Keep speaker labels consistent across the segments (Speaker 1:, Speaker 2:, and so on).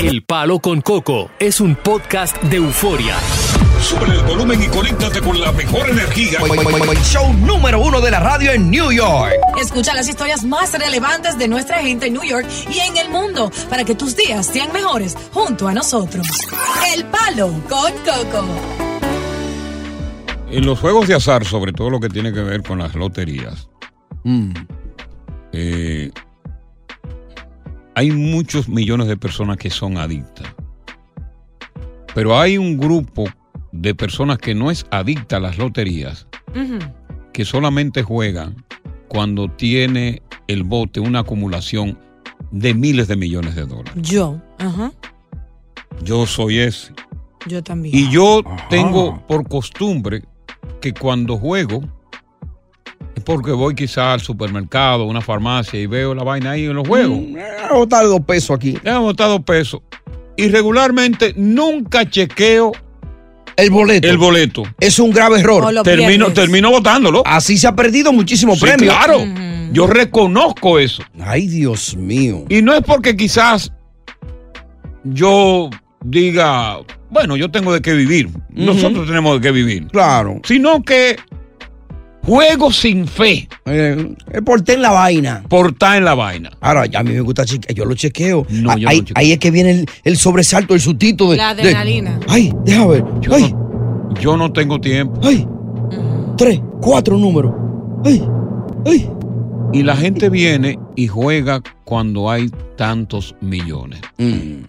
Speaker 1: El Palo con Coco es un podcast de euforia.
Speaker 2: Sube el volumen y conéctate con la mejor energía.
Speaker 3: Show número uno de la radio en New York.
Speaker 4: Escucha las historias más relevantes de nuestra gente en New York y en el mundo para que tus días sean mejores junto a nosotros. El Palo con Coco.
Speaker 2: En los juegos de azar, sobre todo lo que tiene que ver con las loterías, eh, hay muchos millones de personas que son adictas. Pero hay un grupo de personas que no es adicta a las loterías, que solamente juegan cuando tiene el bote una acumulación de miles de millones de dólares.
Speaker 4: Yo, ajá,
Speaker 2: Yo soy ese.
Speaker 4: yo también.
Speaker 2: Y yo tengo por costumbre que cuando juego es porque voy quizá al supermercado, a una farmacia y veo la vaina ahí en los juegos.
Speaker 4: Mm.
Speaker 3: Ha botado dos pesos aquí.
Speaker 2: Le han botado peso. Y regularmente nunca chequeo
Speaker 3: El boleto.
Speaker 2: el boleto.
Speaker 3: es un grave
Speaker 4: O
Speaker 3: error.
Speaker 4: lo
Speaker 2: Termino,
Speaker 4: pierdes. Ah,
Speaker 2: termino votándolo.
Speaker 3: Así se ha perdido muchísimo
Speaker 2: Sí,
Speaker 3: premio.
Speaker 2: claro.
Speaker 4: Mm.
Speaker 2: Yo reconozco eso.
Speaker 3: Ay, Dios mío.
Speaker 2: Y no es porque quizás yo diga, bueno, yo tengo de qué vivir. Nosotros tenemos de qué vivir.
Speaker 3: Claro.
Speaker 2: Sino que juego sin fe.
Speaker 3: Eh, el porté en la vaina.
Speaker 2: Portar en la vaina.
Speaker 3: Ahora, ya a mí me gusta chequear. Yo lo chequeo.
Speaker 2: No,
Speaker 3: Ah,
Speaker 2: yo no
Speaker 3: ahí,
Speaker 2: chequeo.
Speaker 3: ahí es que viene el, el sobresalto, el sustito de.
Speaker 4: La
Speaker 3: de-
Speaker 4: adrenalina.
Speaker 3: ay, deja ver.
Speaker 2: Yo
Speaker 3: ay,
Speaker 2: no, yo no tengo tiempo.
Speaker 3: ay. Tres, cuatro números. Ay, ay.
Speaker 2: Y la gente viene y juega cuando hay tantos millones. Mm,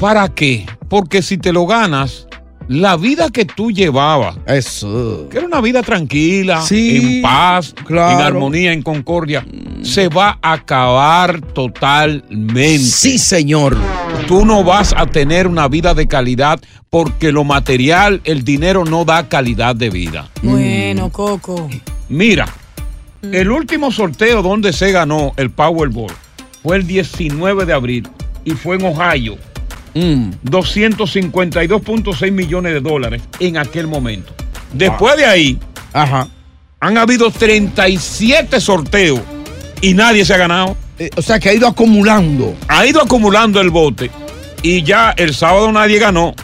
Speaker 2: ¿Para qué? Porque si te lo ganas, la vida que tú llevabas,
Speaker 3: Eso.
Speaker 2: que era una vida tranquila,
Speaker 3: Sí,
Speaker 2: en paz,
Speaker 3: claro. Mm.
Speaker 2: en armonía, en concordia, se va a acabar totalmente.
Speaker 3: Sí, señor.
Speaker 2: Tú no vas a tener una vida de calidad porque lo material, el dinero no da calidad de vida.
Speaker 4: Bueno, Coco.
Speaker 2: Mira, el último sorteo donde se ganó el Powerball fue el 19 de abril y fue en Ohio. Mm. 252.6 millones de dólares en aquel momento. Después de ahí,
Speaker 3: Ajá.
Speaker 2: han habido 37 sorteos y nadie se ha ganado.
Speaker 3: Eh, o sea que ha ido acumulando.
Speaker 2: Ha ido acumulando el bote y ya el sábado nadie ganó.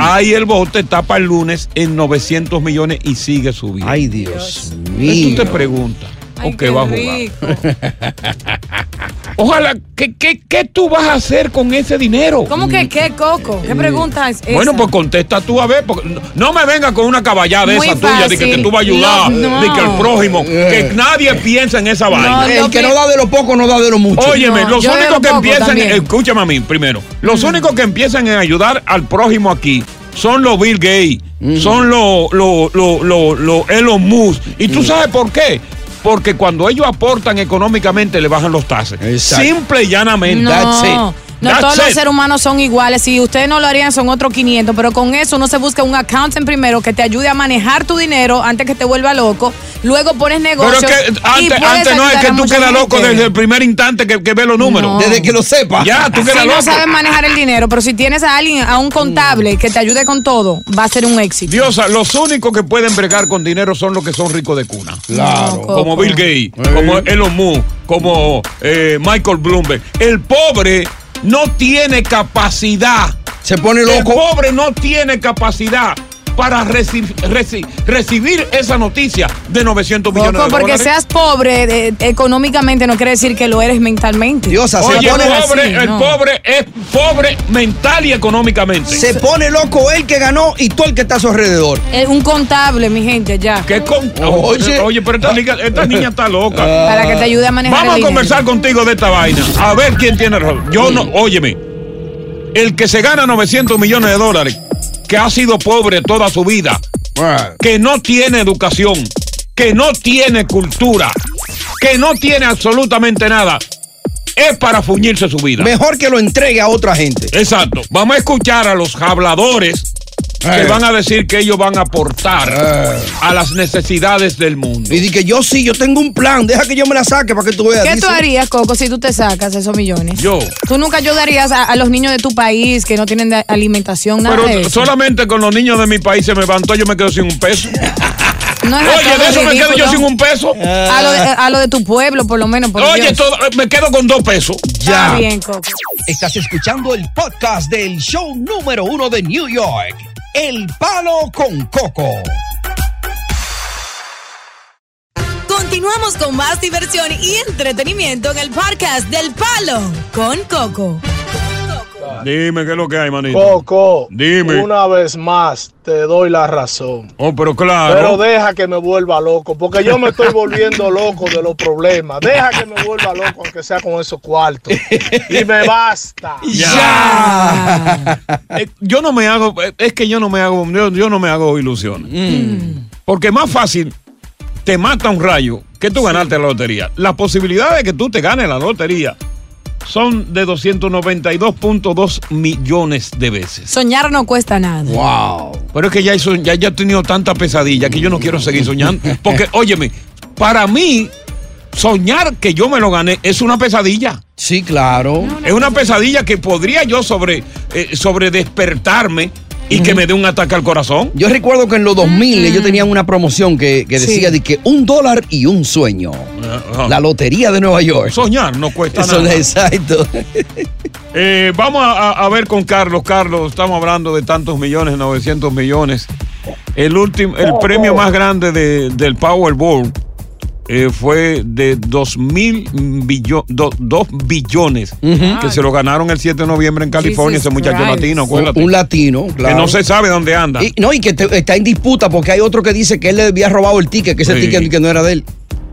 Speaker 2: Ahí el bote está para el lunes en 900 millones y sigue subiendo.
Speaker 3: Ay, Dios
Speaker 2: Entonces
Speaker 3: mío.
Speaker 2: tú te preguntas, ¿o qué va a jugar? Ojalá, ¿qué, qué, qué tú vas a hacer con ese dinero?
Speaker 4: ¿Cómo que qué, Coco? ¿Qué pregunta es esa?
Speaker 2: Eh, Bueno, pues contesta tú a ver, porque no- no me venga con una caballada de
Speaker 4: Muy
Speaker 2: esa tuya, de que,
Speaker 4: fácil.
Speaker 2: que tú vas a ayudar,
Speaker 4: No, no.
Speaker 2: de que el prójimo,
Speaker 3: Eh.
Speaker 2: que nadie piensa en esa vaina.
Speaker 4: lo
Speaker 3: el que
Speaker 4: que-
Speaker 3: no da de lo poco, no da de lo mucho.
Speaker 2: Óyeme,
Speaker 4: No,
Speaker 2: los
Speaker 4: yo
Speaker 2: únicos
Speaker 4: veo
Speaker 2: que
Speaker 4: poco
Speaker 2: empiezan,
Speaker 4: también. Mm.
Speaker 2: escúchame a mí primero, los únicos que empiezan en ayudar al prójimo aquí son los Bill Gates,
Speaker 4: Mm.
Speaker 2: son los los- los- los- los Elon Musk. ¿Y
Speaker 4: Mm.
Speaker 2: tú sabes por qué? Porque cuando ellos aportan económicamente le bajan los tases.
Speaker 3: Exacto.
Speaker 2: Simple y llanamente.
Speaker 4: No,
Speaker 2: That's it.
Speaker 4: no
Speaker 2: That's
Speaker 4: todos los
Speaker 2: it.
Speaker 4: seres humanos son iguales. Si ustedes no lo harían, son otros 500. Pero con eso uno se busca un accountant primero que te ayude a manejar tu dinero antes que te vuelva loco. Luego pones
Speaker 2: Pero
Speaker 4: negocio.
Speaker 2: es que
Speaker 4: y
Speaker 2: antes,
Speaker 4: puedes
Speaker 2: antes no es
Speaker 4: ayudar
Speaker 2: que
Speaker 4: a
Speaker 2: tú
Speaker 4: mucha
Speaker 2: quedas
Speaker 4: gente.
Speaker 2: loco desde el primer instante que, que ve los números.
Speaker 3: Desde que lo sepa.
Speaker 2: Ya, tú
Speaker 4: Si
Speaker 2: quedas
Speaker 4: no
Speaker 2: loco.
Speaker 4: sabes manejar el dinero, pero si tienes a alguien, a un contable que te ayude con todo, va a ser un éxito.
Speaker 2: Diosa, los únicos que pueden bregar con dinero son los que son ricos de cuna.
Speaker 3: Claro.
Speaker 4: Coco.
Speaker 2: Como Bill Gates,
Speaker 3: Eh.
Speaker 2: como Elon Musk, como eh, Michael Bloomberg. El pobre no tiene capacidad.
Speaker 3: Se pone
Speaker 2: El
Speaker 3: loco.
Speaker 2: pobre no tiene capacidad para reci- reci- recibir esa noticia de 900 millones
Speaker 4: Coco,
Speaker 2: de
Speaker 4: porque
Speaker 2: dólares.
Speaker 4: seas pobre eh, económicamente no quiere decir que lo eres mentalmente.
Speaker 3: Diosa, se
Speaker 2: Oye,
Speaker 3: pone,
Speaker 2: el pobre,
Speaker 4: así,
Speaker 2: el
Speaker 4: no.
Speaker 2: pobre es pobre mental y económicamente.
Speaker 3: se pone loco el que ganó y todo el que está a su alrededor.
Speaker 4: Eh, un contable, mi gente, ya.
Speaker 2: ¿Qué con-
Speaker 3: Oye. Ah.
Speaker 2: Oye, pero esta, liga- esta niña está loca.
Speaker 4: Para que te ayude a manejar
Speaker 2: Vamos a
Speaker 4: el dinero.
Speaker 2: conversar contigo de esta vaina. A ver quién tiene razón. Yo no, óyeme. El que se gana 900 millones de dólares, que ha sido pobre toda su vida, que no tiene educación, que no tiene cultura, que no tiene absolutamente nada, es para fuñirse su vida.
Speaker 3: Mejor que lo entregue a otra gente.
Speaker 2: Exacto. Vamos a escuchar a los habladores que
Speaker 3: Eh.
Speaker 2: van a decir que ellos van a aportar a las necesidades del mundo.
Speaker 3: Y di que yo sí, yo tengo un plan. Deja que yo me la saque para que tú veas.
Speaker 4: ¿Qué
Speaker 3: Dice,
Speaker 4: tú harías, Coco, si tú te sacas esos millones?
Speaker 2: Yo.
Speaker 4: Tú nunca ayudarías a, a los niños de tu país que no tienen de- alimentación, nada de
Speaker 2: Pero
Speaker 4: eso?
Speaker 2: solamente con los niños de mi país se me levantó, yo me quedo sin un peso.
Speaker 4: No es
Speaker 2: Oye,
Speaker 4: todo
Speaker 2: de eso me quedo yo
Speaker 4: ridículo.
Speaker 2: sin un peso.
Speaker 4: A lo, de, a lo de tu pueblo, por lo menos. por
Speaker 2: Oye,
Speaker 4: Dios.
Speaker 2: todo- eh, me quedo con dos pesos.
Speaker 4: Está
Speaker 3: ya.
Speaker 4: bien, Coco.
Speaker 3: Estás escuchando el podcast del show número uno de New York. El palo con coco.
Speaker 4: Continuamos con más diversión y entretenimiento en el podcast del Palo con Coco.
Speaker 2: Dime qué es lo que hay, manito.
Speaker 5: Coco,
Speaker 2: Dime.
Speaker 5: una vez más te doy la razón.
Speaker 2: Oh, pero
Speaker 5: Pero
Speaker 2: claro.
Speaker 5: deja que me vuelva loco, porque yo me estoy volviendo loco de los problemas. Deja que me vuelva loco, aunque sea con esos cuartos. Y me basta.
Speaker 4: Ya.
Speaker 2: Eh, yo no me hago, eh, es que yo no me hago, yo, yo no me hago ilusiones. Porque más fácil te mata un rayo que tú ganarte la lotería. Las posibilidades de que tú te ganes la lotería son de 292.2 millones de veces.
Speaker 4: Soñar no cuesta nada.
Speaker 3: Wow.
Speaker 2: Pero es que ya, he soñ- ya, ya he tenido tanta pesadilla que yo no quiero seguir soñando. Porque, óyeme, para mí, soñar que yo me lo gané es una pesadilla.
Speaker 3: Sí, claro.
Speaker 2: Es una pesadilla que podría yo sobre, eh, sobre despertarme y que me dé un ataque al corazón.
Speaker 3: Yo recuerdo que en los 2000 ellos tenían una promoción que, que
Speaker 4: Sí.
Speaker 3: decía de que un dólar y un sueño.
Speaker 2: Ajá.
Speaker 3: La lotería de Nueva York.
Speaker 2: Soñar no cuesta
Speaker 3: Eso
Speaker 2: Ah. nada.
Speaker 3: es exacto.
Speaker 2: Eh, vamos a, a- a ver con Carlos. Carlos, estamos hablando de tantos millones, 900 millones. El último, el
Speaker 3: Oh,
Speaker 2: premio más grande de- del Powerball eh, fue de 2 mil billo- do- dos billones
Speaker 3: Ah,
Speaker 2: que se lo ganaron el 7 de noviembre en California,
Speaker 4: Jesus
Speaker 2: ese muchacho
Speaker 4: Christ.
Speaker 2: latino, acuérdate.
Speaker 3: un latino, claro.
Speaker 2: Que no se sabe dónde anda.
Speaker 3: Y, no, y que te- está en disputa porque hay otro que dice que él le había robado el ticket, que ese
Speaker 2: Sí.
Speaker 3: ticket que no era de él.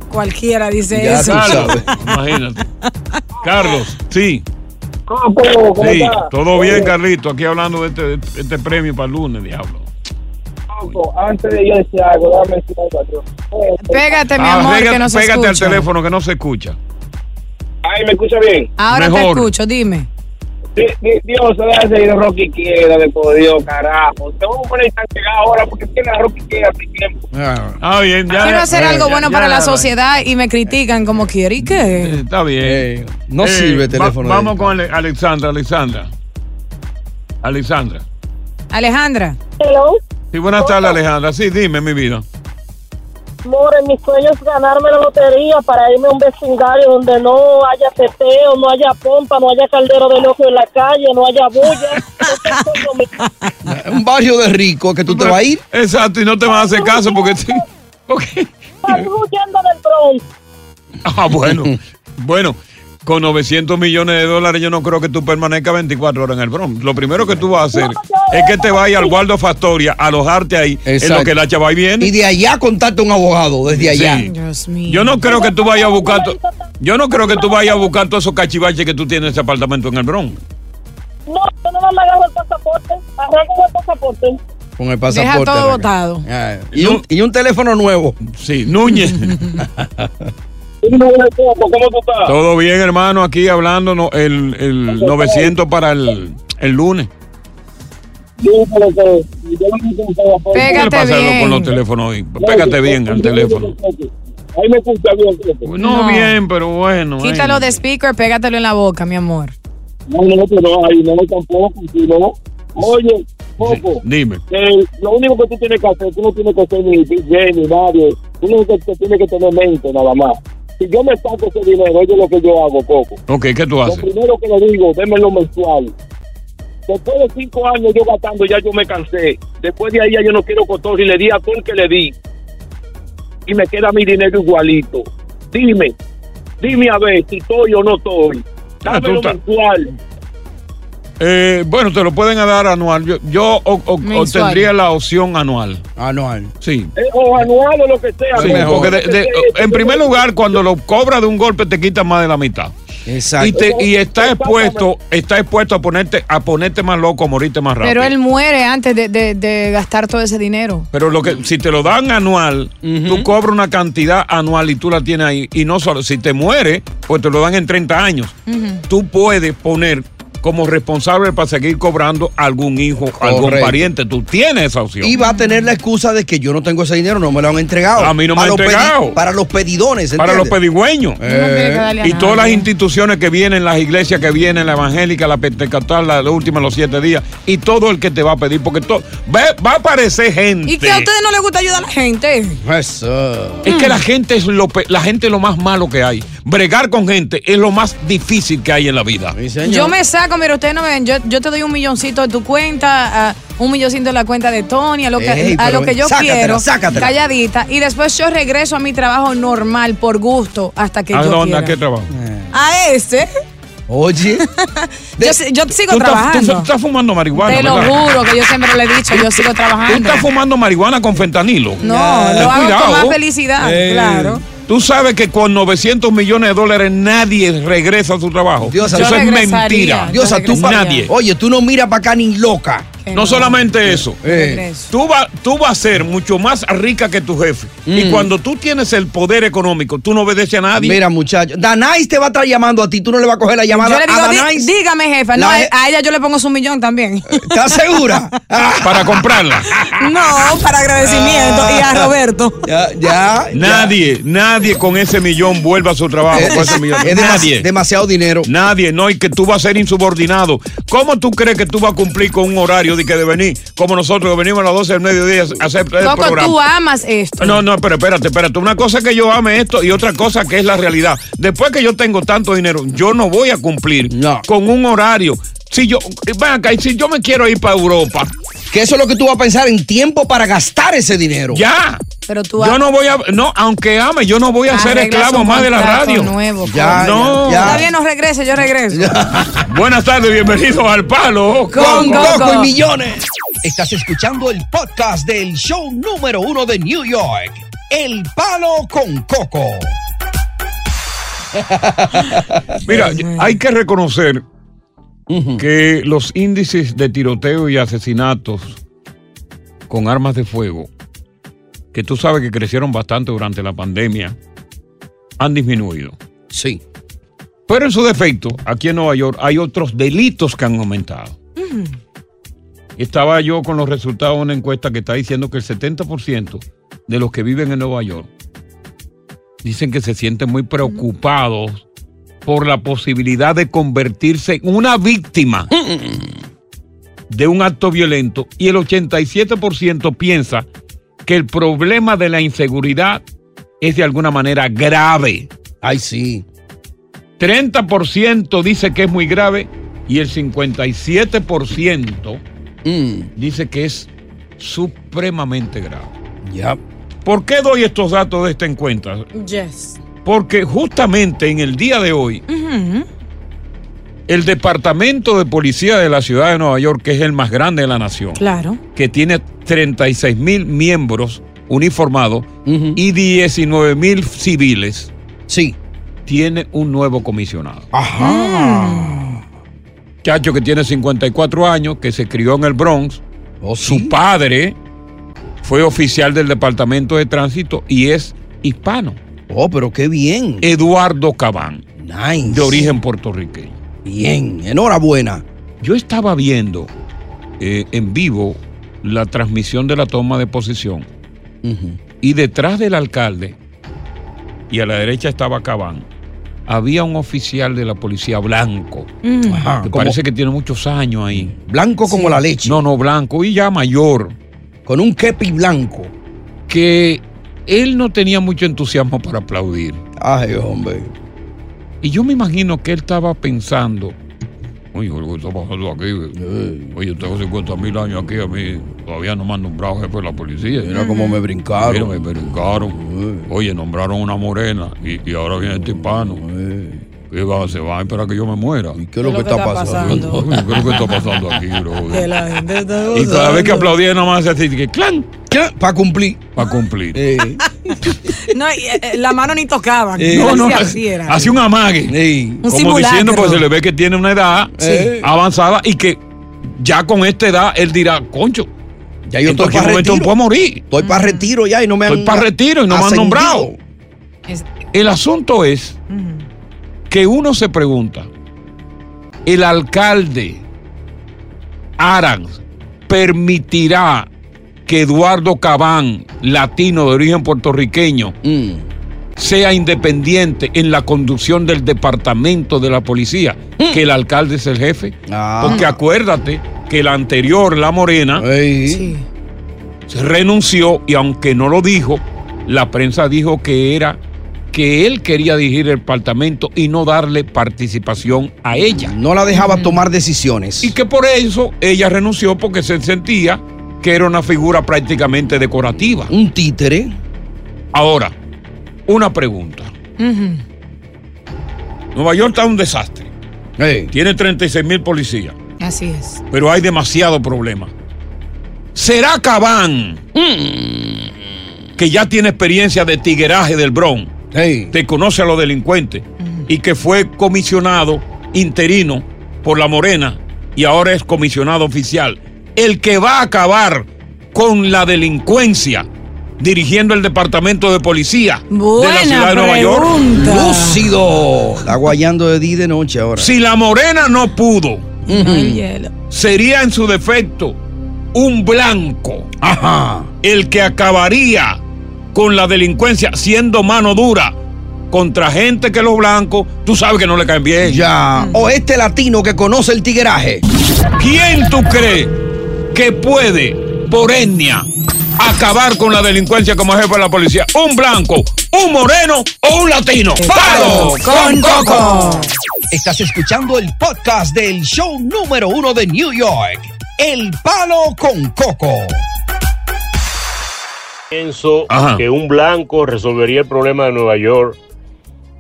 Speaker 4: Cualquiera dice
Speaker 3: Ya
Speaker 4: eso.
Speaker 3: tú
Speaker 2: Carlos,
Speaker 3: sabes.
Speaker 2: imagínate. Carlos, sí,
Speaker 6: Coco, ¿cómo Eh,
Speaker 2: sí,
Speaker 6: estás?
Speaker 2: todo bien, Carlito. Aquí hablando de este, de este premio para el lunes, diablo.
Speaker 6: Coco, antes de yo decir algo, déjame decir algo a Dios.
Speaker 4: Pégate, Este, mi
Speaker 2: Ah,
Speaker 4: amor,
Speaker 2: pégate-
Speaker 4: que no se
Speaker 2: pégate al
Speaker 4: escucha.
Speaker 2: teléfono que no se escucha.
Speaker 6: Ay, ¿me escucha bien?
Speaker 4: Ahora te
Speaker 2: Mejor.
Speaker 4: escucho, dime.
Speaker 6: Di- di- Dios, se deja seguir a Rocky Quiera, de por Dios, carajo. Te voy a poner tan pegado ahora porque tiene a Rocky Quiera hace tiempo.
Speaker 2: Ah, bien, ya.
Speaker 4: Quiero hacer
Speaker 2: eh,
Speaker 4: algo
Speaker 2: ya,
Speaker 4: bueno para
Speaker 2: ya,
Speaker 4: la
Speaker 2: ya.
Speaker 4: sociedad y me critican como quiere. ¿Y qué?
Speaker 2: Eh, Está bien.
Speaker 3: Eh, no sirve el teléfono
Speaker 2: va-
Speaker 3: de-
Speaker 2: vamos con Ale- Alexandra, Alexandra. Alexandra.
Speaker 4: Alejandra,
Speaker 7: Hello,
Speaker 2: Sí, buenas tardes, Alejandra. Sí, dime, mi vida.
Speaker 7: more, mi sueño es ganarme la lotería para irme a un vecindario donde no haya teteo, no haya pompa, no haya caldero de loco en la calle, no haya bulla. Entonces, coño, mi-
Speaker 3: Un barrio de rico que tú te vas a ir.
Speaker 2: Exacto, y no te vas a hacer caso porque... sí, porque-
Speaker 7: Estoy huyendo del Bronx.
Speaker 2: Ah, bueno. bueno, con 900 millones de dólares yo no creo que tú permanezcas 24 horas en el Bronx. Lo primero que tú vas a hacer es que te vayas al Waldo Fastoria, alojarte ahí, en
Speaker 3: Exacto.
Speaker 2: lo que la chava ahí viene.
Speaker 3: Y de allá contacta un abogado, desde allá.
Speaker 2: Sí.
Speaker 4: Dios mío.
Speaker 2: Yo no creo que tú vayas a buscar... to- Yo no creo que tú vayas a buscar todos esos cachivaches que tú tienes en ese apartamento en el Bronx.
Speaker 7: No, yo no me agarro el pasaporte, arranco el pasaporte.
Speaker 3: Con el pasaporte.
Speaker 4: Deja todo
Speaker 3: arranca.
Speaker 4: botado.
Speaker 3: Ah, Y un, y un teléfono nuevo.
Speaker 2: Sí, Núñez.
Speaker 6: Dime, Coco, ¿cómo tú estás?
Speaker 2: Todo bien, hermano, aquí hablando no, el, el 900 para el, el lunes.
Speaker 6: Dímelo, Coco. Yo no me escucho, Coco.
Speaker 2: ¿Qué le
Speaker 4: Pégate
Speaker 2: pasa a
Speaker 4: bien.
Speaker 2: con los teléfonos hoy? Pégate bien al teléfono.
Speaker 6: Ahí me escucha bien, Coco.
Speaker 2: No,
Speaker 4: No.
Speaker 2: bien, pero bueno.
Speaker 4: Quítalo
Speaker 2: ay.
Speaker 4: de speaker, pégatelo en la boca, mi amor.
Speaker 6: No, no, pero ahí no, tampoco, si no. Oye,
Speaker 2: Sí,
Speaker 6: Coco.
Speaker 2: Dime.
Speaker 6: que Eh, lo único que tú tienes que hacer, tú no tienes que ser ni DJ ni nadie, tú lo único que tienes que tener mente nada más. Si yo me saco ese dinero, oye lo que yo hago, Coco.
Speaker 2: Ok, ¿qué tú
Speaker 6: Lo
Speaker 2: haces?
Speaker 6: primero que le digo, démelo mensual. Después de cinco años yo gastando, ya yo me cansé. Después de ahí ya yo no quiero cotor y le di a todo el que le di. Y me queda mi dinero igualito. Dime, dime a ver si estoy o no estoy.
Speaker 2: Ah, tú
Speaker 6: Dámelo
Speaker 2: estás-
Speaker 6: mensual.
Speaker 2: Eh, bueno, te lo pueden dar anual. Yo, yo o- o-
Speaker 4: Mensual.
Speaker 2: obtendría la opción anual.
Speaker 3: Ah, no. ah, no.
Speaker 2: Sí.
Speaker 6: eh, o anual o lo que sea.
Speaker 2: Sí,
Speaker 6: Coco.
Speaker 2: porque de- de- en primer lugar, cuando lo cobras de un golpe, te quitan más de la mitad. Y,
Speaker 3: Exacto.
Speaker 2: te, y está expuesto, está expuesto a ponerte, a ponerte más loco, a morirte más rápido.
Speaker 4: Pero él muere antes de, de- de gastar todo ese dinero.
Speaker 2: Pero lo que si te lo dan anual, tú cobras una cantidad anual y tú la tienes ahí. Y no solo, si te mueres, pues te lo dan en 30 años. Tú puedes poner como responsable para seguir cobrando a algún hijo, a algún
Speaker 8: Correcto.
Speaker 2: pariente. Tú tienes esa opción.
Speaker 8: Y va a tener la excusa de que yo no tengo ese dinero, no me lo han entregado.
Speaker 2: A mí no me
Speaker 8: Para
Speaker 2: han
Speaker 8: los pedi-
Speaker 2: entregado.
Speaker 8: Para los pedidones,
Speaker 2: para los
Speaker 8: ¿entiendes?
Speaker 2: pedigüeños.
Speaker 8: Eh,
Speaker 2: Y todas
Speaker 4: ¿eh?
Speaker 2: las instituciones que vienen, las iglesias que vienen, la evangélica, la pentecostal, la última, los siete días, y todo el que te va a pedir, porque to- va, va a aparecer gente.
Speaker 4: ¿Y que a ustedes no les gusta ayudar a la gente?
Speaker 8: Eso.
Speaker 2: Es que la gente es lo pe- la gente es lo más malo que hay. Bregar con gente es lo más difícil que hay en la vida.
Speaker 8: Sí, señor.
Speaker 4: Yo me saco, mira, ustedes no me ven, yo, yo te doy un milloncito de tu cuenta, a- un milloncito de la cuenta de Tony, a lo que,
Speaker 8: Ey,
Speaker 4: a
Speaker 8: pero
Speaker 4: lo que yo
Speaker 8: sácatela,
Speaker 4: quiero,
Speaker 8: sácatela.
Speaker 4: calladita, y después yo regreso a mi trabajo normal, por gusto, hasta que
Speaker 2: ¿A
Speaker 4: yo
Speaker 2: dónde? ¿A
Speaker 4: quiera.
Speaker 2: qué trabajo?
Speaker 4: A este,
Speaker 8: Eh, Oye,
Speaker 4: yo, si- yo sigo
Speaker 2: Tú estás, tú
Speaker 4: trabajando.
Speaker 2: estás fumando marihuana,
Speaker 4: te lo
Speaker 2: ¿verdad?
Speaker 4: juro que yo siempre le he dicho, yo sigo
Speaker 2: Tú
Speaker 4: trabajando.
Speaker 2: estás fumando marihuana con fentanilo.
Speaker 4: no,
Speaker 2: Ten
Speaker 4: lo hago
Speaker 2: cuidado.
Speaker 4: con más felicidad,
Speaker 2: Eh,
Speaker 4: claro.
Speaker 2: Tú sabes que con 900 millones de dólares nadie regresa a su trabajo.
Speaker 8: Dios,
Speaker 2: Eso
Speaker 8: yo
Speaker 2: es
Speaker 4: regresaría.
Speaker 2: mentira.
Speaker 4: Yo
Speaker 8: Diosa, tú
Speaker 4: regresaría.
Speaker 2: Nadie.
Speaker 8: oye, tú no miras para acá ni loca.
Speaker 4: Que
Speaker 2: No solamente eso.
Speaker 4: yo
Speaker 8: Eh.
Speaker 4: regreso.
Speaker 2: Tú, va- tú vas a ser mucho más rica que tu jefe. Y cuando tú tienes el poder económico, tú no obedeces a nadie.
Speaker 8: Mm. Mira, muchacho, Danais te va a estar llamando a ti, tú no le vas a coger la llamada
Speaker 4: Yo le digo,
Speaker 8: a
Speaker 4: "Di-
Speaker 8: Danais.
Speaker 4: dígame jefa, no,
Speaker 8: La
Speaker 4: a-
Speaker 8: je-
Speaker 4: a ella yo le pongo su millón también.
Speaker 8: ¿Estás segura? Ah,
Speaker 2: Para comprarla.
Speaker 4: No, para agradecimiento. Y a
Speaker 2: Ah.
Speaker 4: Roberto.
Speaker 8: ya, ya. Eh,
Speaker 2: nadie, nadie con ese millón vuelve a su trabajo.
Speaker 8: Es,
Speaker 2: con ese millón.
Speaker 8: es demasi-
Speaker 2: nadie.
Speaker 8: demasiado dinero.
Speaker 2: Nadie, no, y que tú vas a ser insubordinado. ¿Cómo tú crees que tú vas a cumplir con un horario de que de venir, como nosotros, que venimos a las 12 del mediodía a hacer el
Speaker 4: Coco,
Speaker 2: programa?
Speaker 4: tú amas esto.
Speaker 2: No, no, pero espérate, espérate. Una cosa es que yo ame esto y otra cosa que es la realidad. Después que yo tengo tanto dinero, yo no voy a cumplir
Speaker 8: No.
Speaker 2: con un horario. Si yo, ven acá, y si yo me quiero ir para Europa,
Speaker 8: Que eso es lo que tú vas a pensar en tiempo para gastar ese dinero.
Speaker 2: ya.
Speaker 4: Pero tú
Speaker 2: Yo no voy a, no, aunque ame, yo no voy a ser
Speaker 4: arreglas
Speaker 2: esclavo
Speaker 4: un
Speaker 2: más de la
Speaker 4: contrato
Speaker 2: radio.
Speaker 4: Nuevo,
Speaker 8: Ya,
Speaker 4: Coco.
Speaker 2: No.
Speaker 8: ya, ya.
Speaker 4: Está bien, no regrese, yo regreso.
Speaker 2: Buenas tardes, bienvenidos al Palo.
Speaker 8: Con
Speaker 4: Coco.
Speaker 8: Coco y millones.
Speaker 3: Estás escuchando el podcast del show número uno de New York, El Palo con Coco.
Speaker 2: Mira,
Speaker 4: Dios mío.
Speaker 2: hay que reconocer que los índices de tiroteo y asesinatos con armas de fuego, que tú sabes que crecieron bastante durante la pandemia, han disminuido.
Speaker 8: Sí.
Speaker 2: Pero en su defecto, aquí en Nueva York hay otros delitos que han aumentado. Estaba yo con los resultados de una encuesta que está diciendo que el 70% de los que viven en Nueva York dicen que se sienten muy preocupados por la posibilidad de convertirse en una víctima de un acto violento y el 87% piensa que el problema de la inseguridad es de alguna manera grave.
Speaker 8: Ay, sí.
Speaker 2: 30% dice que es muy grave y el 57%
Speaker 8: Mm,
Speaker 2: dice que es supremamente grave.
Speaker 8: ya.
Speaker 2: ¿Por qué doy estos datos de esta encuesta?
Speaker 4: Yes.
Speaker 2: Porque justamente en el día de hoy,
Speaker 4: Ujú.
Speaker 2: el Departamento de Policía de la Ciudad de Nueva York, que es el más grande de la nación,
Speaker 4: Claro.
Speaker 2: que tiene 36 mil miembros uniformados
Speaker 8: Ujú.
Speaker 2: y 19 mil civiles,
Speaker 8: Sí.
Speaker 2: tiene un nuevo comisionado.
Speaker 3: Mm.
Speaker 8: Ajá.
Speaker 2: Chacho que tiene 54 años, que se crió en el Bronx,
Speaker 8: Oh,
Speaker 2: Su
Speaker 8: sí.
Speaker 2: padre fue oficial del Departamento de Tránsito y es hispano.
Speaker 8: Oh, pero qué bien.
Speaker 3: Eh,
Speaker 2: Eduardo Cabán,
Speaker 8: nice.
Speaker 2: de origen puertorriqueño.
Speaker 8: Bien. Enhorabuena.
Speaker 2: Yo estaba viendo eh, en vivo la transmisión de la toma de posición
Speaker 8: Ujú.
Speaker 2: y detrás del alcalde, y a la derecha estaba Cabán, había un oficial de la policía blanco,
Speaker 4: Mm.
Speaker 3: Ah,
Speaker 8: Ajá.
Speaker 2: que
Speaker 8: Como-
Speaker 2: parece que tiene muchos años ahí.
Speaker 8: blanco como la leche.
Speaker 2: No, no, blanco, y ya mayor,
Speaker 8: Con un kepi blanco.
Speaker 2: que él no tenía mucho entusiasmo para aplaudir.
Speaker 8: Ay, hombre.
Speaker 2: Y yo me imagino que él estaba pensando, oye, ¿qué está pasando aquí? eh.
Speaker 8: Ey,
Speaker 2: Oye, tengo 50 mil años aquí, a mí todavía no me han nombrado jefe de la policía.
Speaker 8: Mira cómo me
Speaker 2: Mira, me
Speaker 8: brincaron.
Speaker 2: brincaron. Oye, nombraron una morena y, y ahora viene este hispano.
Speaker 8: Ey,
Speaker 2: ¿Qué va? ¿Se va a esperar que yo me muera?
Speaker 8: Eh, ¿Y qué es lo que está pasando?
Speaker 2: Oye, ¿Qué es lo que está pasando aquí, bro?
Speaker 4: Que la gente está
Speaker 2: Y cada vez que
Speaker 4: gozando.
Speaker 2: aplaudía nada más así, que clan,
Speaker 8: Para cumplir.
Speaker 2: para cumplir.
Speaker 8: Ey,
Speaker 3: Eh.
Speaker 4: No, y, eh, eh, la mano ni tocaba.
Speaker 8: Eh,
Speaker 4: no, no. Así era.
Speaker 2: hace un amague.
Speaker 8: ey.
Speaker 4: Un
Speaker 2: como diciendo,
Speaker 4: simulacro.
Speaker 2: pues se le ve que tiene una edad eh,
Speaker 8: Sí.
Speaker 2: avanzada y que ya con esta edad él dirá, concho,
Speaker 8: Ya yo
Speaker 2: en
Speaker 8: estoy
Speaker 2: cualquier
Speaker 8: para
Speaker 2: momento
Speaker 8: retiro.
Speaker 2: me puedo morir.
Speaker 8: Estoy para retiro ya y no me han.
Speaker 2: Estoy para retiro y no me han
Speaker 8: ascendido.
Speaker 2: nombrado.
Speaker 4: Es-
Speaker 2: El asunto es
Speaker 4: Ujú.
Speaker 2: que uno se pregunta, el alcalde Arans permitirá que Eduardo Cabán, latino de origen puertorriqueño,
Speaker 8: Mm.
Speaker 2: sea independiente en la conducción del departamento de la policía, que el alcalde es el jefe.
Speaker 8: Ah.
Speaker 3: Mm.
Speaker 2: Porque acuérdate que la anterior, la Morena,
Speaker 8: Ey.
Speaker 4: Sí.
Speaker 2: se renunció y aunque no lo dijo, la prensa dijo que era que él quería dirigir el departamento y no darle participación a ella.
Speaker 8: No la dejaba tomar decisiones.
Speaker 2: Mm. Y que por eso ella renunció porque se sentía que era una figura prácticamente decorativa.
Speaker 8: Un títere.
Speaker 2: Ahora, una pregunta.
Speaker 4: Ujú.
Speaker 2: Nueva York está un desastre.
Speaker 8: Ey.
Speaker 2: Tiene 36 mil policías,
Speaker 4: Así es.
Speaker 2: pero hay demasiado problema. ¿Será Cabán, que ya tiene experiencia de tigueraje del Bronx,
Speaker 8: Ey.
Speaker 2: te conoce a los delincuentes y que fue comisionado interino por la Morena y ahora es comisionado oficial. El que va a acabar con la delincuencia dirigiendo el departamento de policía de la
Speaker 4: Buena
Speaker 2: ciudad de Nueva York.
Speaker 4: pregunta.
Speaker 8: Lúcido. Está guayando de día y de noche ahora.
Speaker 2: Si la Morena no pudo,
Speaker 4: Ay, hielo.
Speaker 2: sería en su defecto un blanco
Speaker 8: Ajá.
Speaker 2: el que acabaría con la delincuencia siendo mano dura contra gente que los blancos, tú sabes que no le caen bien.
Speaker 8: Ya.
Speaker 2: Mm.
Speaker 8: O este latino que conoce el tigueraje.
Speaker 2: ¿Quién tú crees que puede, por etnia, acabar con la delincuencia como jefe de la policía? ¿Un blanco, un moreno o un latino? ¡Palo con coco!
Speaker 3: Estás escuchando el podcast del show número uno de New York, El Palo con Coco.
Speaker 9: Pienso
Speaker 2: Ajá.
Speaker 9: que un blanco resolvería el problema de Nueva York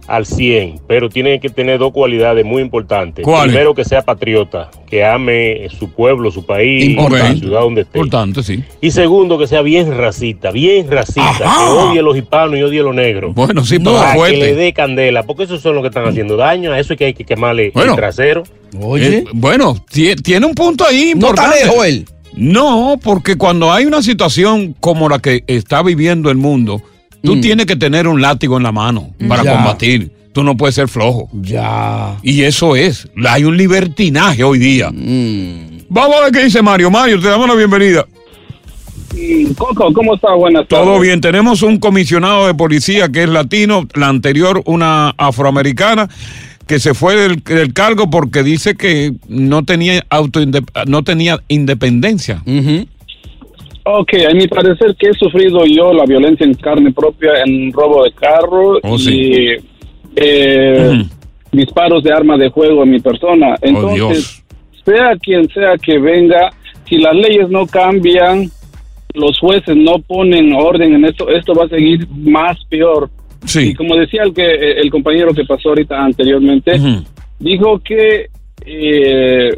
Speaker 9: al 100, pero tiene que tener dos cualidades muy importantes.
Speaker 2: ¿Cuáles?
Speaker 9: Primero, que sea patriota, que ame su pueblo, su país,
Speaker 2: Importante.
Speaker 9: la ciudad donde esté.
Speaker 2: tanto, sí.
Speaker 9: Y segundo, que sea bien racista, bien racista,
Speaker 2: Ajá.
Speaker 9: que odie a los hispanos y odie a los negros.
Speaker 2: Bueno, sí, pero
Speaker 9: para que le
Speaker 2: fuerte.
Speaker 9: dé candela, porque esos son los que están haciendo daño, a eso es que hay que quemarle
Speaker 2: Bueno.
Speaker 9: el trasero.
Speaker 8: Oye.
Speaker 2: Eh, bueno, tie- tiene un punto ahí
Speaker 8: no está
Speaker 2: importante.
Speaker 8: lejos eh. él.
Speaker 2: No, porque cuando hay una situación como la que está viviendo el mundo, tú
Speaker 8: Mm.
Speaker 2: tienes que tener un látigo en la mano para
Speaker 8: Ya.
Speaker 2: combatir. Tú no puedes ser flojo.
Speaker 8: Ya.
Speaker 2: Y eso es. Hay un libertinaje hoy día.
Speaker 8: Mm.
Speaker 2: Vamos a ver qué dice Mario. Mario, te damos la bienvenida.
Speaker 6: Coco, ¿cómo está? Buenas tardes.
Speaker 2: Todo bien. Tenemos un comisionado de policía que es latino, la anterior una afroamericana que se fue del, del cargo porque dice que no tenía auto no tenía independencia.
Speaker 3: Mm.
Speaker 8: Ujú.
Speaker 6: Ok, a mi parecer que he sufrido yo la violencia en carne propia en robo de carro
Speaker 2: Oh,
Speaker 6: y
Speaker 2: sí.
Speaker 6: eh,
Speaker 2: Ujú. Oh,
Speaker 6: disparos de arma de fuego en mi persona.
Speaker 2: Dios.
Speaker 6: Entonces, sea quien sea que venga, si las leyes no cambian, los jueces no ponen orden en esto, esto va a seguir más peor. Y
Speaker 2: Sí.
Speaker 6: como decía el que el compañero que pasó ahorita anteriormente,
Speaker 2: Ujú.
Speaker 6: dijo que eh,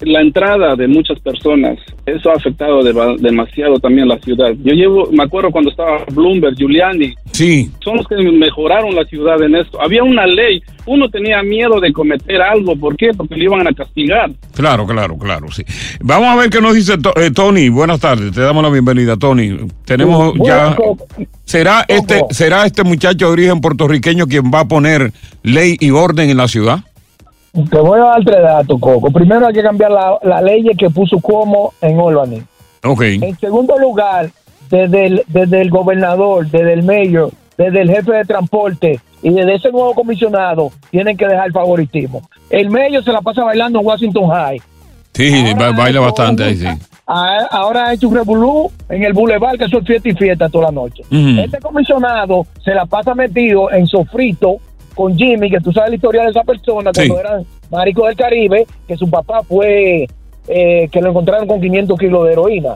Speaker 6: la entrada de muchas personas, eso ha afectado deba- demasiado también la ciudad. Yo llevo, me acuerdo cuando estaba Bloomberg, Giuliani,
Speaker 2: Sí.
Speaker 6: son los que mejoraron la ciudad en esto. Había una ley, uno tenía miedo de cometer algo, ¿por qué? Porque le iban a castigar.
Speaker 2: Claro, claro, claro, sí. Vamos a ver qué nos dice To- eh, Tony. Buenas tardes, te damos la bienvenida, Tony. Tenemos ya. ¿Será este, será este muchacho de origen puertorriqueño quien va a poner ley y orden en la ciudad?
Speaker 10: Te voy a dar tres datos, Coco. Primero hay que cambiar la- las leyes que puso Cuomo en Albany.
Speaker 2: Ok.
Speaker 10: En segundo lugar, desde el, desde el gobernador, desde el mayor, desde el jefe de transporte y desde ese nuevo comisionado, tienen que dejar el favoritismo. El mayor se la pasa bailando en Washington High.
Speaker 2: Sí,
Speaker 10: Ahora
Speaker 2: ba- baila
Speaker 10: ha hecho
Speaker 2: bastante ahí,
Speaker 10: un-
Speaker 2: sí.
Speaker 10: a- Ahora ha hecho un revolú en el bulevar, que eso es fiesta y fiesta toda la noche.
Speaker 2: Ujú.
Speaker 10: Este comisionado se la pasa metido en sofrito con Jimmy, que tú sabes la historia de esa persona
Speaker 2: Sí.
Speaker 10: cuando eran maricos del Caribe, que su papá fue, eh, que lo encontraron con 500 kilos de heroína.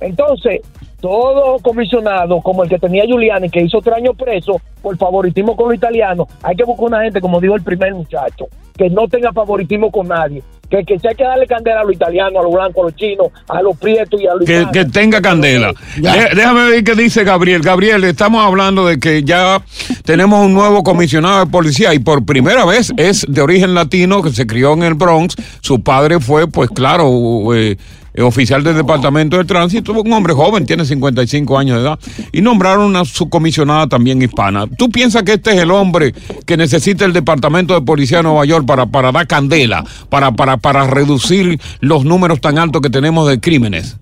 Speaker 10: Entonces, todo comisionado, como el que tenía Giuliani, que hizo tres años preso por favoritismo con los italianos, hay que buscar una gente, como dijo el primer muchacho, que no tenga favoritismo con nadie. Que, que si hay que darle candela a los italianos, a los blancos, a los chinos, a los prietos y a los...
Speaker 2: Que,
Speaker 10: hispanos.
Speaker 2: que tenga candela. Dé- Déjame ver qué dice Gabriel. Gabriel, estamos hablando de que ya tenemos un nuevo comisionado de policía y por primera vez es de origen latino, que se crió en el Bronx. Su padre fue, pues claro, eh, eh, oficial del Departamento de Tránsito, un hombre joven, tiene 55 años de edad, y nombraron una subcomisionada también hispana. ¿Tú piensas que este es el hombre que necesita el Departamento de Policía de Nueva York para, para dar candela, para, para, para reducir los números tan altos que tenemos de crímenes?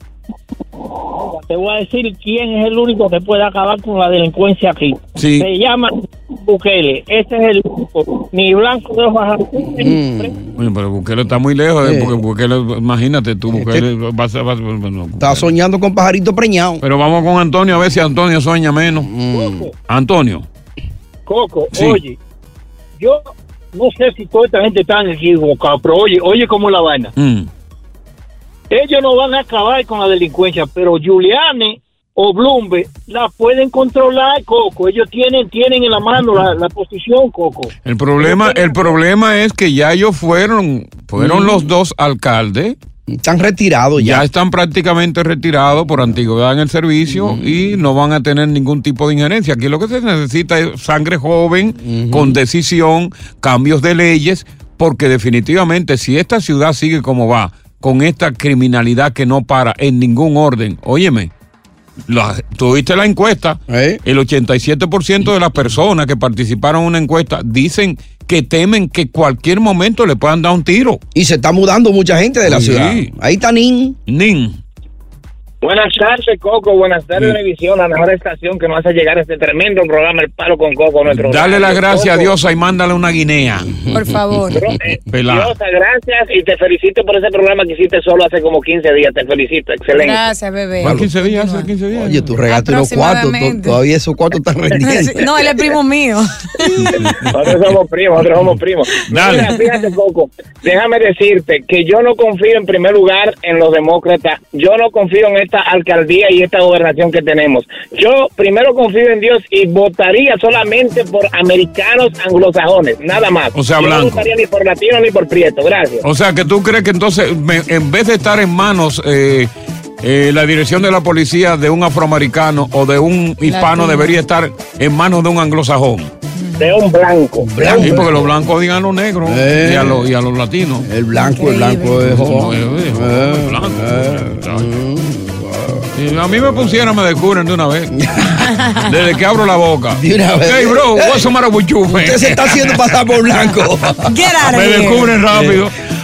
Speaker 11: Te voy a decir quién es el único que puede acabar con la delincuencia aquí.
Speaker 2: Sí.
Speaker 11: Se llama Bukele. Este es el único. Ni blanco de hojas azules,
Speaker 2: Mm.
Speaker 11: ni fresco.
Speaker 3: Mm.
Speaker 2: Oye, pero Bukele está muy lejos, eh, porque Bukele, imagínate tú, Bukele va a ser- va a ser- bueno,
Speaker 3: Está soñando con pajarito preñado. Mm.
Speaker 2: Pero vamos con Antonio a ver si Antonio sueña menos. Antonio,
Speaker 12: Coco,
Speaker 2: Sí.
Speaker 12: oye, yo no sé si toda esta gente está equivocada, pero oye, oye cómo es la vaina.
Speaker 2: Mm.
Speaker 12: Ellos no van a acabar con la delincuencia, pero Giuliani o Blumbe la pueden controlar, Coco. Ellos tienen, tienen en la mano la, la posición, Coco.
Speaker 2: el problema, el problema es que ya ellos fueron, fueron
Speaker 3: Mm.
Speaker 2: los dos alcaldes.
Speaker 3: Están retirados ya.
Speaker 2: Ya están prácticamente retirados por antigüedad en el servicio y no van a tener ningún tipo de injerencia. Aquí lo que se necesita es sangre joven, con decisión, cambios de leyes, porque definitivamente si esta ciudad sigue como va, con esta criminalidad que no para en ningún orden, óyeme, la- tú viste la encuesta, el 87% de las personas que participaron en una encuesta dicen que temen que cualquier momento le puedan dar un tiro.
Speaker 3: Y se está mudando mucha gente de la
Speaker 2: Sí.
Speaker 3: ciudad. Ahí está Nin.
Speaker 2: Nin.
Speaker 10: Buenas tardes, Coco. Buenas tardes,
Speaker 2: Sí.
Speaker 10: Univisión, la mejor estación que nos hace llegar este tremendo programa El Palo con Coco. Nuestro
Speaker 2: Dale las
Speaker 10: Coco.
Speaker 2: gracias a Dios eh, y mándale una guinea.
Speaker 4: Por favor.
Speaker 2: Pelá.
Speaker 10: Diosa, gracias y te felicito por ese programa que hiciste solo hace como 15 días. Te felicito, excelente.
Speaker 4: Gracias, bebé.
Speaker 10: Bueno,
Speaker 2: 15 días, hace 15 días.
Speaker 3: Oye, tú regaste unos cuartos. to-
Speaker 4: Aproximadamente.
Speaker 3: Todavía esos cuartos están rendiendo.
Speaker 4: No, él es primo mío.
Speaker 10: Nosotros somos primos, nosotros somos primos.
Speaker 2: Dale.
Speaker 10: Mira, fíjate, Coco, déjame decirte que yo no confío en primer lugar en los demócratas. Yo no confío en esta alcaldía y esta gobernación que tenemos. Yo primero confío en Dios y votaría solamente por americanos anglosajones, nada más.
Speaker 2: O sea,
Speaker 10: Yo
Speaker 2: blanco.
Speaker 10: No votaría ni por latino ni por prieto, gracias.
Speaker 2: O sea, que tú crees que entonces, me- en vez de estar en manos eh, eh, la dirección de la policía de un afroamericano o de un hispano,
Speaker 10: Latino.
Speaker 2: debería estar en manos de un anglosajón.
Speaker 10: De un blanco.
Speaker 2: Sí, porque los blancos digan a los negros y, a los, y a los latinos.
Speaker 3: El blanco, el blanco es
Speaker 2: No, es- es-
Speaker 3: Eh.
Speaker 2: es blanco. Si a mí me pusieran, me descubren de una vez. Desde que abro la boca.
Speaker 3: De una vez.
Speaker 2: Hey, bro,
Speaker 3: Hey.
Speaker 2: what's the matter with you, man?
Speaker 3: Usted se está haciendo pasar por blanco.
Speaker 4: Get out of
Speaker 2: Me
Speaker 4: here.
Speaker 2: descubren rápido.